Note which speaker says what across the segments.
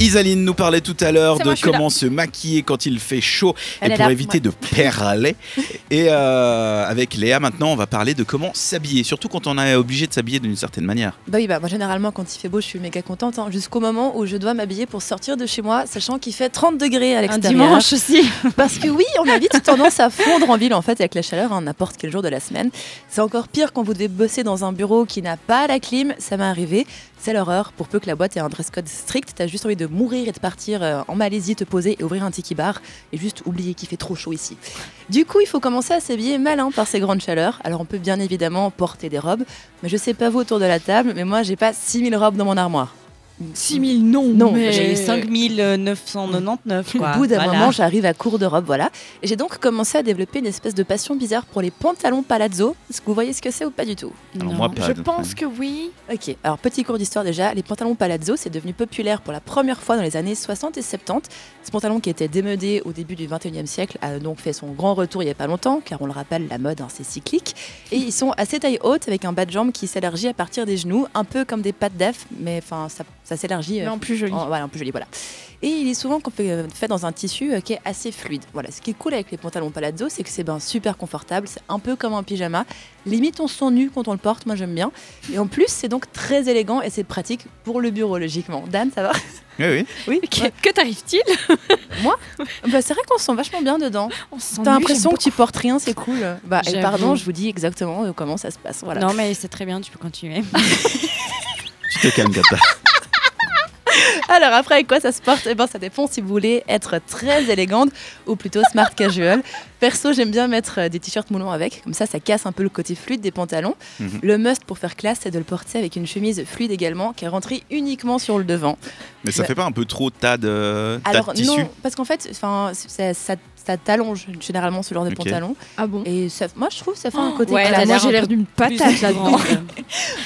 Speaker 1: Isaline nous parlait tout à l'heure
Speaker 2: C'est
Speaker 1: de
Speaker 2: moi, je suis
Speaker 1: comment se maquiller quand il fait chaud
Speaker 2: Elle
Speaker 1: et
Speaker 2: est
Speaker 1: pour
Speaker 2: là,
Speaker 1: éviter de perler. Et euh, avec Léa, maintenant, on va parler de comment s'habiller, surtout quand on est obligé de s'habiller d'une certaine manière.
Speaker 2: Bah oui, bah moi généralement quand il fait beau, je suis méga contente. hein, Jusqu'au moment où je dois m'habiller pour sortir de chez moi, sachant qu'il fait 30 degrés à
Speaker 3: Un
Speaker 2: l'extérieur.
Speaker 3: dimanche aussi.
Speaker 2: Parce que oui, on a vite tendance à fondre en ville en fait avec la chaleur, hein, n'importe quel jour de la semaine. C'est encore pire quand vous devez bosser dans un bureau qui n'a pas la clim. Ça m'est arrivé, c'est l'horreur. Pour peu que la boîte ait un dress code strict, t'as juste envie de mourir et de partir euh, en Malaisie, te poser et ouvrir un tiki bar et juste oublier qu'il fait trop chaud ici. Du coup, il faut commencer à s'habiller malin par ces grandes chaleurs. Alors on peut bien évidemment porter des robes, mais je sais pas vous autour de la table, mais moi j'ai pas 6000 robes dans mon armoire.
Speaker 3: 6000 non.
Speaker 2: Non,
Speaker 3: mais-
Speaker 4: J'ai eu 5999. Quoi.
Speaker 2: Au bout d'un
Speaker 4: Voilà.
Speaker 2: moment, j'arrive à court de robe, voilà. Et j'ai donc commencé à développer une espèce de passion bizarre pour les pantalons palazzo. Est-ce que vous voyez ce que c'est ou pas du tout
Speaker 1: Alors
Speaker 3: Non.
Speaker 1: moi, pas.
Speaker 5: Je
Speaker 1: de-
Speaker 5: pense que oui.
Speaker 2: Ok, alors petit cours d'histoire déjà, les pantalons palazzo, c'est devenu populaire pour la première fois dans les années 60 et 70. Ce pantalon qui était démodé au début du 21e siècle a donc fait son grand retour il n'y a pas longtemps, car on le rappelle, la mode, hein, c'est cyclique. Et ils sont assez taille haute, avec un bas de jambe qui s'élargit à partir des genoux, un peu comme des pattes d'œuf, mais enfin, ça, ça s'élargit. euh,
Speaker 5: Mais en plus joli.
Speaker 4: Oh.
Speaker 2: en- voilà, en plus joli, voilà. Et il est souvent qu'on peut- euh, fait dans un tissu euh, qui est assez fluide. Voilà, ce qui est cool avec les pantalons palazzo, c'est que c'est ben super confortable, c'est un peu comme un pyjama. Limite, on se sent nu quand on le porte, moi j'aime bien. Et en plus, c'est donc très élégant et c'est pratique pour le bureau, logiquement. Dan, ça va
Speaker 1: Oui, oui.
Speaker 2: Oui.
Speaker 5: Que, que t'arrive-t-il
Speaker 2: Bah, c'est vrai qu'on se sent vachement bien dedans.
Speaker 5: On s'ennuie,
Speaker 2: T'as l'impression
Speaker 5: j'aime
Speaker 2: que tu portes rien, c'est cool. Bah, et
Speaker 4: J'avoue.
Speaker 2: pardon, je vous dis exactement euh, comment ça se passe. Voilà.
Speaker 4: Non, mais c'est très bien, tu peux continuer.
Speaker 1: Tu te calmes, Kata.
Speaker 2: Alors après, avec quoi ça se porte Eh ben, ça dépend si vous voulez être très élégante ou plutôt smart casual. Perso, j'aime bien mettre euh, des t-shirts moulants avec, comme ça, ça casse un peu le côté fluide des pantalons.
Speaker 1: Mhm.
Speaker 2: Le must pour faire classe, c'est de le porter avec une chemise fluide également, qui est rentrée uniquement sur le devant.
Speaker 1: Mais ça
Speaker 2: Ouais.
Speaker 1: fait pas un peu trop tas de, tas
Speaker 2: Alors
Speaker 1: de tissus
Speaker 2: non, parce qu'en fait, enfin, ça, ça, ça t'allonge généralement ce genre de
Speaker 1: Ok.
Speaker 2: pantalon.
Speaker 5: beaucoup. Ah bon
Speaker 2: Et ça, moi, je trouve que ça fait un côté.
Speaker 4: Oh, ouais,
Speaker 2: classe.
Speaker 4: t'as
Speaker 3: Moi,
Speaker 4: l'air
Speaker 3: j'ai
Speaker 4: un
Speaker 3: l'air
Speaker 4: peu
Speaker 3: d'une patate
Speaker 4: Plus
Speaker 3: là-dedans.
Speaker 5: euh,
Speaker 4: grande.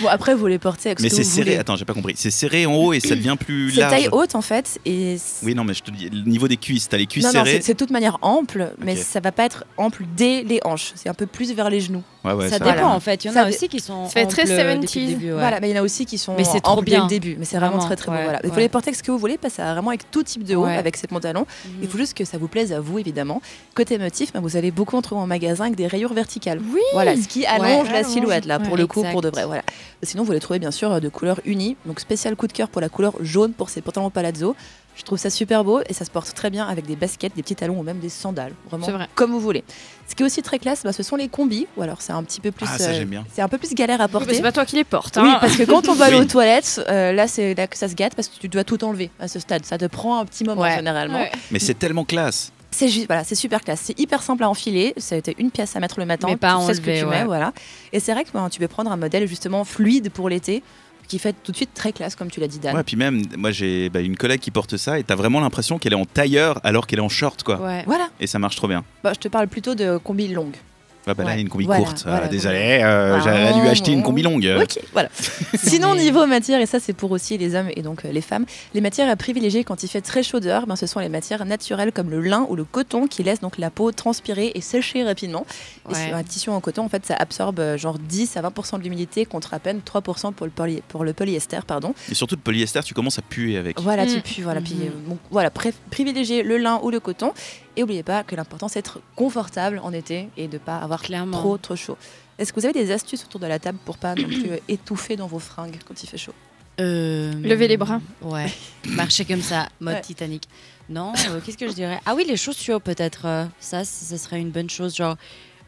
Speaker 2: Bon, après, vous les portez avec ce
Speaker 1: Mais
Speaker 2: que
Speaker 1: c'est
Speaker 2: vous
Speaker 1: serré.
Speaker 2: voulez.
Speaker 1: Attends, j'ai pas compris. C'est serré en haut et ça devient plus
Speaker 2: C'est
Speaker 1: large.
Speaker 2: taille haute en fait, et c-
Speaker 1: Oui, non, mais je te dis, le niveau des cuisses, t'as les cuisses
Speaker 2: non, non,
Speaker 1: serrées.
Speaker 2: c'est- c'est de toute manière ample, mais
Speaker 1: Ok.
Speaker 2: ça va pas être ample dès les hanches. C'est un peu plus vers les genoux.
Speaker 1: Ouais, ouais,
Speaker 4: ça
Speaker 1: va.
Speaker 4: dépend en fait. Il y en
Speaker 2: Ça
Speaker 4: a
Speaker 2: dé-
Speaker 4: aussi qui sont.
Speaker 5: Ça fait très
Speaker 4: amples depuis le
Speaker 5: 70s.
Speaker 4: début, ouais.
Speaker 2: Voilà, mais il y en a aussi qui sont
Speaker 4: Mais c'est
Speaker 2: en
Speaker 4: trop
Speaker 2: ample dès
Speaker 4: bien.
Speaker 2: le début, mais c'est vraiment,
Speaker 4: Vraiment,
Speaker 2: très très
Speaker 4: ouais,
Speaker 2: bon. Voilà. Vous
Speaker 4: ouais.
Speaker 2: pouvez les porter avec ce que vous voulez, parce que ça va vraiment avec tout type de haut,
Speaker 4: Ouais.
Speaker 2: avec ces pantalons. Il faut
Speaker 4: Mhm.
Speaker 2: juste que ça vous plaise à vous, évidemment. Côté motif, ben, vous allez beaucoup en trouver en magasin avec des rayures verticales.
Speaker 5: Oui.
Speaker 2: Voilà, ce qui allonge la
Speaker 5: allonge.
Speaker 2: silhouette là, pour
Speaker 4: Ouais,
Speaker 2: le coup,
Speaker 4: exact.
Speaker 2: pour de vrai. Voilà. Sinon, vous les trouvez bien sûr euh, de couleur unie. Donc spécial coup de cœur pour la couleur jaune pour ces pantalons palazzo. Je trouve ça super beau et ça se porte très bien avec des baskets, des petits talons ou même des sandales. Vraiment,
Speaker 5: C'est vrai.
Speaker 2: comme vous voulez. Ce qui est aussi très classe, ben, ce sont les combis. Ou alors c'est un petit peu plus,
Speaker 1: Ah, ça,
Speaker 2: euh,
Speaker 1: j'aime bien.
Speaker 2: c'est un peu plus galère à
Speaker 5: Oui, mais
Speaker 2: porter.
Speaker 5: C'est pas toi qui les portes.
Speaker 2: Oui,
Speaker 5: Hein.
Speaker 2: parce que quand on va aller
Speaker 1: Oui.
Speaker 2: aux toilettes, euh, là c'est là que ça se gâte parce que tu dois tout enlever à ce stade. Ça te prend un petit moment
Speaker 5: Ouais.
Speaker 2: généralement.
Speaker 5: Ouais.
Speaker 1: Mais c'est tellement classe.
Speaker 2: C'est juste, voilà, c'est super classe. C'est hyper simple à enfiler. Ça a été une pièce à mettre le matin.
Speaker 4: Mais pas
Speaker 2: tu
Speaker 4: à
Speaker 2: sais ce que
Speaker 4: enlever,
Speaker 2: tu mets,
Speaker 4: ouais.
Speaker 2: voilà. Et c'est vrai que ben, tu peux prendre un modèle justement fluide pour l'été qui fait tout de suite très classe comme tu l'as dit Dan.
Speaker 1: Ouais, puis même, moi j'ai bah, une collègue qui porte ça et t'as vraiment l'impression qu'elle est en tailleur alors qu'elle est en short, quoi.
Speaker 4: Ouais.
Speaker 2: Voilà.
Speaker 1: Et ça marche trop bien.
Speaker 2: Bah, je te parle plutôt de combi longue.
Speaker 1: Ah bah là,
Speaker 2: Ouais.
Speaker 1: elle a une combi
Speaker 2: Voilà,
Speaker 1: courte. Ah,
Speaker 2: voilà,
Speaker 1: désolé, euh,
Speaker 2: Ah,
Speaker 1: j'allais
Speaker 4: Oh.
Speaker 1: lui acheter une combi longue.
Speaker 2: Ok, voilà. Sinon,
Speaker 4: mais-
Speaker 2: niveau matière, et ça c'est pour aussi les hommes et donc euh, les femmes, les matières à privilégier quand il fait très chaud dehors, ben, ce sont les matières naturelles comme le lin ou le coton qui laissent donc la peau transpirer et sécher rapidement. Et
Speaker 4: Ouais.
Speaker 2: sur un tissu en coton, en fait, ça absorbe euh, genre 10 à 20% de l'humidité contre à peine 3% pour le, poly- pour le polyester. pardon.
Speaker 1: Et surtout de polyester, tu commences à puer avec.
Speaker 2: Voilà, tu
Speaker 5: Mm.
Speaker 2: pues, voilà. Puis,
Speaker 4: Mhm.
Speaker 2: euh, bon, voilà, pré- privilégier le lin ou le coton. Et n'oubliez pas que l'important c'est d'être confortable en été et de pas avoir
Speaker 4: Clairement.
Speaker 2: trop trop chaud. Est-ce que vous avez des astuces autour de la table pour pas non plus étouffer dans vos fringues quand il fait chaud
Speaker 4: Euh,
Speaker 5: Levez les bras.
Speaker 4: Ouais. Marcher comme ça, mode
Speaker 2: Ouais.
Speaker 4: Titanic. Non, euh, qu'est-ce que je dirais Ah oui, les chaussures peut-être. euh, ça, c- ça serait une bonne chose. Genre,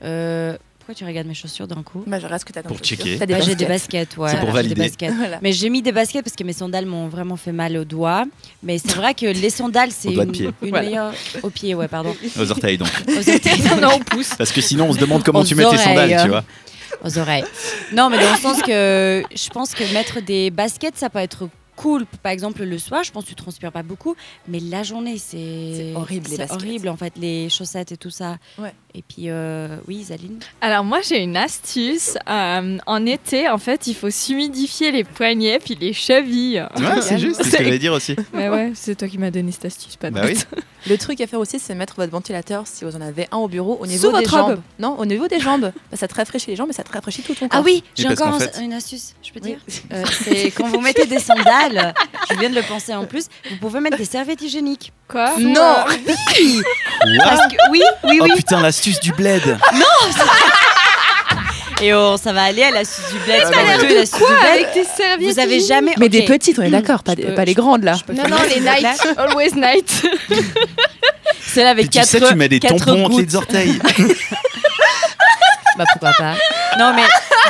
Speaker 4: euh, pourquoi tu regardes mes chaussures d'un coup
Speaker 2: Bah, je reste que t'as comme
Speaker 1: Pour
Speaker 2: chaussures.
Speaker 1: checker.
Speaker 2: T'as des
Speaker 4: Ah, J'ai
Speaker 2: baskets.
Speaker 4: des baskets, ouais.
Speaker 1: C'est pour
Speaker 4: j'ai
Speaker 1: valider.
Speaker 4: des baskets.
Speaker 2: Voilà.
Speaker 4: Mais j'ai mis des baskets parce que mes sandales m'ont vraiment fait mal aux doigts. Mais c'est vrai que les sandales, c'est
Speaker 1: Aux doigts de
Speaker 4: une,
Speaker 1: pied.
Speaker 4: une
Speaker 2: Voilà.
Speaker 4: meilleure. Au pied, ouais, pardon.
Speaker 1: Aux orteils donc.
Speaker 4: Aux orteils.
Speaker 5: non, on pousse.
Speaker 1: Parce que sinon, on se demande comment
Speaker 4: Aux
Speaker 1: tu mets tes
Speaker 4: oreilles,
Speaker 1: sandales, tu
Speaker 4: hein.
Speaker 1: vois.
Speaker 4: aux oreilles. Non, mais dans le sens que je pense que mettre des baskets, ça peut être cool. Par exemple, le soir, je pense que tu transpires pas beaucoup, mais la journée, c'est
Speaker 2: C'est horrible, les
Speaker 4: C'est
Speaker 2: baskets.
Speaker 4: horrible en fait, les chaussettes et tout ça.
Speaker 2: Ouais.
Speaker 4: Et puis, euh, oui, Zaline.
Speaker 5: Alors moi j'ai une astuce. Euh, en été, en fait, il faut s'humidifier les poignets puis les chevilles.
Speaker 4: Ah,
Speaker 1: Ouais, Ah, c'est juste, c'est ce que j'allais dire aussi.
Speaker 5: Mais ouais, c'est toi qui m'as donné cette astuce, pas de
Speaker 1: Bah oui.
Speaker 2: Le truc à faire aussi, c'est mettre votre ventilateur, si vous en avez un au bureau, au niveau
Speaker 5: Sous
Speaker 2: des
Speaker 5: votre robe.
Speaker 2: jambes. Non, au niveau des jambes. Bah, ça te rafraîchit les jambes, mais ça te rafraîchit tout ton corps.
Speaker 4: Ah oui,
Speaker 1: Oui,
Speaker 4: j'ai
Speaker 1: parce
Speaker 4: encore
Speaker 1: qu'en
Speaker 4: un-
Speaker 1: fait-
Speaker 4: une astuce, je peux
Speaker 2: Oui.
Speaker 4: dire. Euh, c'est quand vous mettez des sandales, je viens de le penser en plus, vous pouvez mettre des serviettes hygiéniques.
Speaker 5: Quoi
Speaker 4: Non.
Speaker 1: Ouah.
Speaker 4: Parce que- oui, Ah, oui,
Speaker 1: Oh
Speaker 4: oui.
Speaker 1: putain, l'astuce du bled.
Speaker 4: Et oh, ça va aller à l'astuce du bled.
Speaker 1: Ah, mais-
Speaker 4: ça va
Speaker 1: T'as l'air
Speaker 4: aller à l'astuce
Speaker 5: Quoi
Speaker 4: du bled.
Speaker 5: avec tes serviettes
Speaker 4: Vous avez jamais.
Speaker 2: Mais
Speaker 4: ok.
Speaker 2: des petites, on est d'accord, pas,
Speaker 4: Je
Speaker 2: des-
Speaker 4: peux-
Speaker 2: pas les
Speaker 4: je-
Speaker 2: grandes là.
Speaker 4: Je peux
Speaker 5: Non,
Speaker 4: faire
Speaker 5: non,
Speaker 4: ça,
Speaker 5: les
Speaker 4: s'il vous plaît
Speaker 5: nights, always night.
Speaker 4: Celle avec
Speaker 1: Puis tu
Speaker 4: quatre
Speaker 1: sais, tu mets des
Speaker 4: quatre
Speaker 1: tampons entre
Speaker 4: gouttes.
Speaker 1: les orteils.
Speaker 4: Bah pourquoi pas. Non mais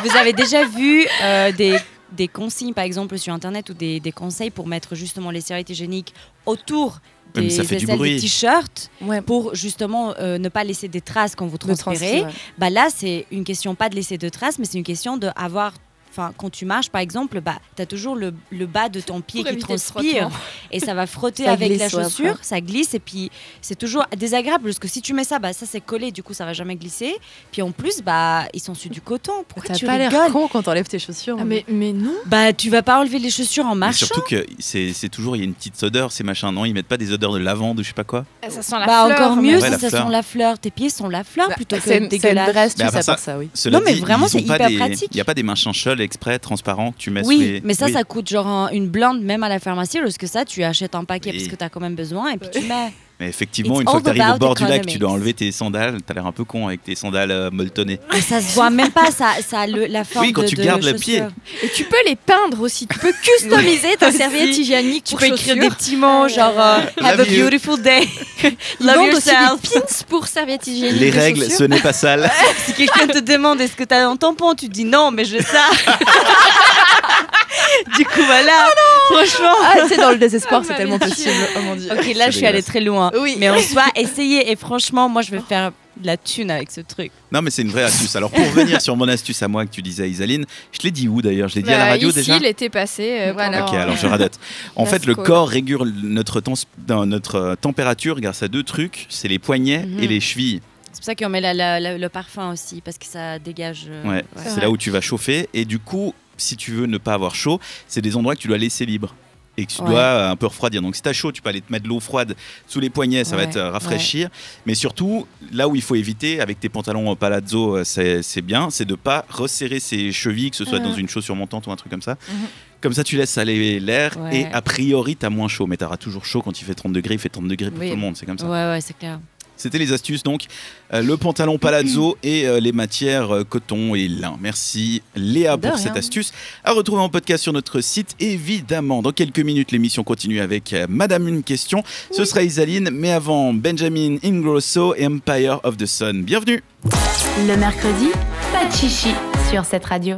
Speaker 4: vous avez déjà vu euh, des, des consignes par exemple sur internet ou des, des conseils pour mettre justement les serviettes hygiéniques autour
Speaker 1: Oui, mais
Speaker 4: des
Speaker 1: ça fait du
Speaker 4: aisselles
Speaker 1: bruit.
Speaker 4: des t-shirts
Speaker 2: Ouais.
Speaker 4: pour justement euh, ne pas laisser des traces quand vous
Speaker 2: De
Speaker 4: transpirez.
Speaker 2: transpirer.
Speaker 4: Bah là c'est une question pas de laisser de traces mais c'est une question de avoir Enfin, quand tu marches, par exemple, bah, tu as toujours le, le bas de ton pied
Speaker 5: Pour
Speaker 4: qui
Speaker 5: éviter le
Speaker 4: transpire
Speaker 5: frottement.
Speaker 4: et ça va frotter
Speaker 2: Ça
Speaker 4: avec la
Speaker 2: glisse, ouais,
Speaker 4: chaussure, ça glisse et puis c'est toujours désagréable parce que si tu mets ça, bah, ça c'est collé, du coup ça va jamais glisser. Puis en plus, bah, ils sont sur du coton. Pourquoi
Speaker 2: T'as
Speaker 4: tu
Speaker 2: pas l'air
Speaker 4: rigoles
Speaker 2: con quand t'enlèves tes chaussures.
Speaker 5: Ah, mais, mais non.
Speaker 4: Bah, tu vas pas enlever les chaussures en
Speaker 1: Mais
Speaker 4: marchant.
Speaker 1: surtout que c'est c'est toujours, il y a une petite odeur, ces machins. Non, ils mettent pas des odeurs de lavande ou je sais pas quoi.
Speaker 5: Ah, Ça sent la
Speaker 4: bah,
Speaker 5: fleur.
Speaker 4: encore
Speaker 5: mais-
Speaker 4: mieux
Speaker 1: Ouais,
Speaker 4: si
Speaker 1: la
Speaker 4: ça
Speaker 1: fleur.
Speaker 4: sent la fleur. Tes pieds sont la fleur
Speaker 2: Bah,
Speaker 4: plutôt
Speaker 2: c'est
Speaker 4: que
Speaker 2: une- c'est une
Speaker 4: dégueulasse.
Speaker 2: vraie astuce
Speaker 1: Mais à part
Speaker 2: à
Speaker 1: ça-
Speaker 2: part ça, oui.
Speaker 1: Cela
Speaker 4: Non, mais
Speaker 1: dit,
Speaker 4: vraiment,
Speaker 1: ils ont
Speaker 4: c'est
Speaker 1: pas
Speaker 4: hyper
Speaker 1: des-
Speaker 4: pratique.
Speaker 1: Il n'y a pas des machins Scholl exprès transparents que tu mets sous
Speaker 4: Oui,
Speaker 1: les-
Speaker 4: mais ça,
Speaker 1: Oui.
Speaker 4: ça coûte genre un- une blinde même à la pharmacie parce que ça, tu achètes un paquet
Speaker 1: Oui.
Speaker 4: parce que t'as quand même besoin et puis tu mets.
Speaker 1: Mais effectivement,
Speaker 4: It's
Speaker 1: une fois
Speaker 4: all
Speaker 1: que t'arrives au
Speaker 4: about
Speaker 1: bord du lac, tu
Speaker 4: economics.
Speaker 1: dois enlever tes sandales. T'as l'air un peu con avec tes sandales euh, molletonnées.
Speaker 4: Mais ça se voit même pas, ça, ça a le- la forme
Speaker 1: Oui, quand
Speaker 4: de-
Speaker 1: tu
Speaker 4: de
Speaker 1: gardes le pied.
Speaker 4: chaussure.
Speaker 5: Et tu peux les peindre aussi. Tu peux customiser ta serviette hygiénique
Speaker 4: Tu
Speaker 5: pour
Speaker 4: peux écrire des
Speaker 5: chaussures. Ah,
Speaker 4: petits mots genre euh, Have a
Speaker 1: Love you.
Speaker 4: beautiful day,
Speaker 5: Ils
Speaker 4: love
Speaker 5: vendent aussi
Speaker 4: yourself.
Speaker 5: des pins pour serviette hygiénique.
Speaker 1: Les
Speaker 5: de
Speaker 1: règles,
Speaker 5: chaussures.
Speaker 1: ce n'est pas sale.
Speaker 4: Si quelqu'un te demande est-ce que t'as un tampon, tu dis non, mais je veux ça. du coup, voilà. Franchement.
Speaker 2: Ah, c'est dans le désespoir,
Speaker 5: Ah,
Speaker 2: c'est
Speaker 5: ma
Speaker 2: tellement
Speaker 5: vie.
Speaker 2: possible. Oh mon dieu.
Speaker 4: Ok, là, je suis allée très loin.
Speaker 2: Oui.
Speaker 4: Mais en soi, essayez. Et franchement, moi, je vais faire de la thune avec ce truc.
Speaker 1: Non, mais c'est une vraie astuce. Alors, pour revenir sur mon astuce à moi que tu disais, Isaline, je l'ai dit où d'ailleurs Je l'ai dit à la
Speaker 5: Bah,
Speaker 1: radio
Speaker 5: ici,
Speaker 1: déjà
Speaker 5: l'été passé. euh,
Speaker 2: Voilà.
Speaker 5: pendant,
Speaker 1: Ok, alors je radote. En fait, le
Speaker 5: Lasco.
Speaker 1: corps régule notre, temps- dans notre euh, température grâce à deux trucs c'est les poignets
Speaker 4: Mhm.
Speaker 1: et les chevilles.
Speaker 4: C'est pour ça qu'on met la- la- la- le parfum aussi, parce que ça dégage. euh,
Speaker 1: Ouais,
Speaker 4: ouais.
Speaker 1: c'est là où tu vas chauffer. Et du coup, si tu veux ne pas avoir chaud, c'est des endroits que tu dois laisser libres et que tu
Speaker 4: Ouais.
Speaker 1: dois euh, un peu refroidir. Donc si t'as chaud, tu peux aller te mettre de l'eau froide sous les poignets, ça va
Speaker 4: Ouais,
Speaker 1: te euh, rafraîchir. Mais surtout, là où il faut éviter, avec tes pantalons en palazzo, euh, c'est c'est bien, c'est de pas resserrer ses chevilles, que ce soit
Speaker 4: Mhm.
Speaker 1: dans une chaussure montante ou un truc comme ça.
Speaker 2: Mhm.
Speaker 1: Comme ça, tu laisses aller l'air
Speaker 4: Ouais.
Speaker 1: et a priori, t'as moins chaud. Mais t'auras toujours chaud quand il fait 30 degrés, il fait 30 degrés pour
Speaker 4: Oui.
Speaker 1: tout le monde, c'est comme ça.
Speaker 4: Ouais, ouais, c'est clair.
Speaker 1: C'était les astuces donc, euh, le pantalon palazzo
Speaker 2: Mm-hmm.
Speaker 1: et euh, les matières euh, coton et lin. Merci Léa
Speaker 2: De
Speaker 1: pour
Speaker 2: rien.
Speaker 1: cette astuce. À retrouver en podcast sur notre site évidemment. Dans quelques minutes l'émission continue avec euh, Madame une question. Ce sera Isaline, mais avant Benjamin Ingrosso et Empire of the Sun. Bienvenue.
Speaker 6: Le mercredi, pas de chichi sur cette radio.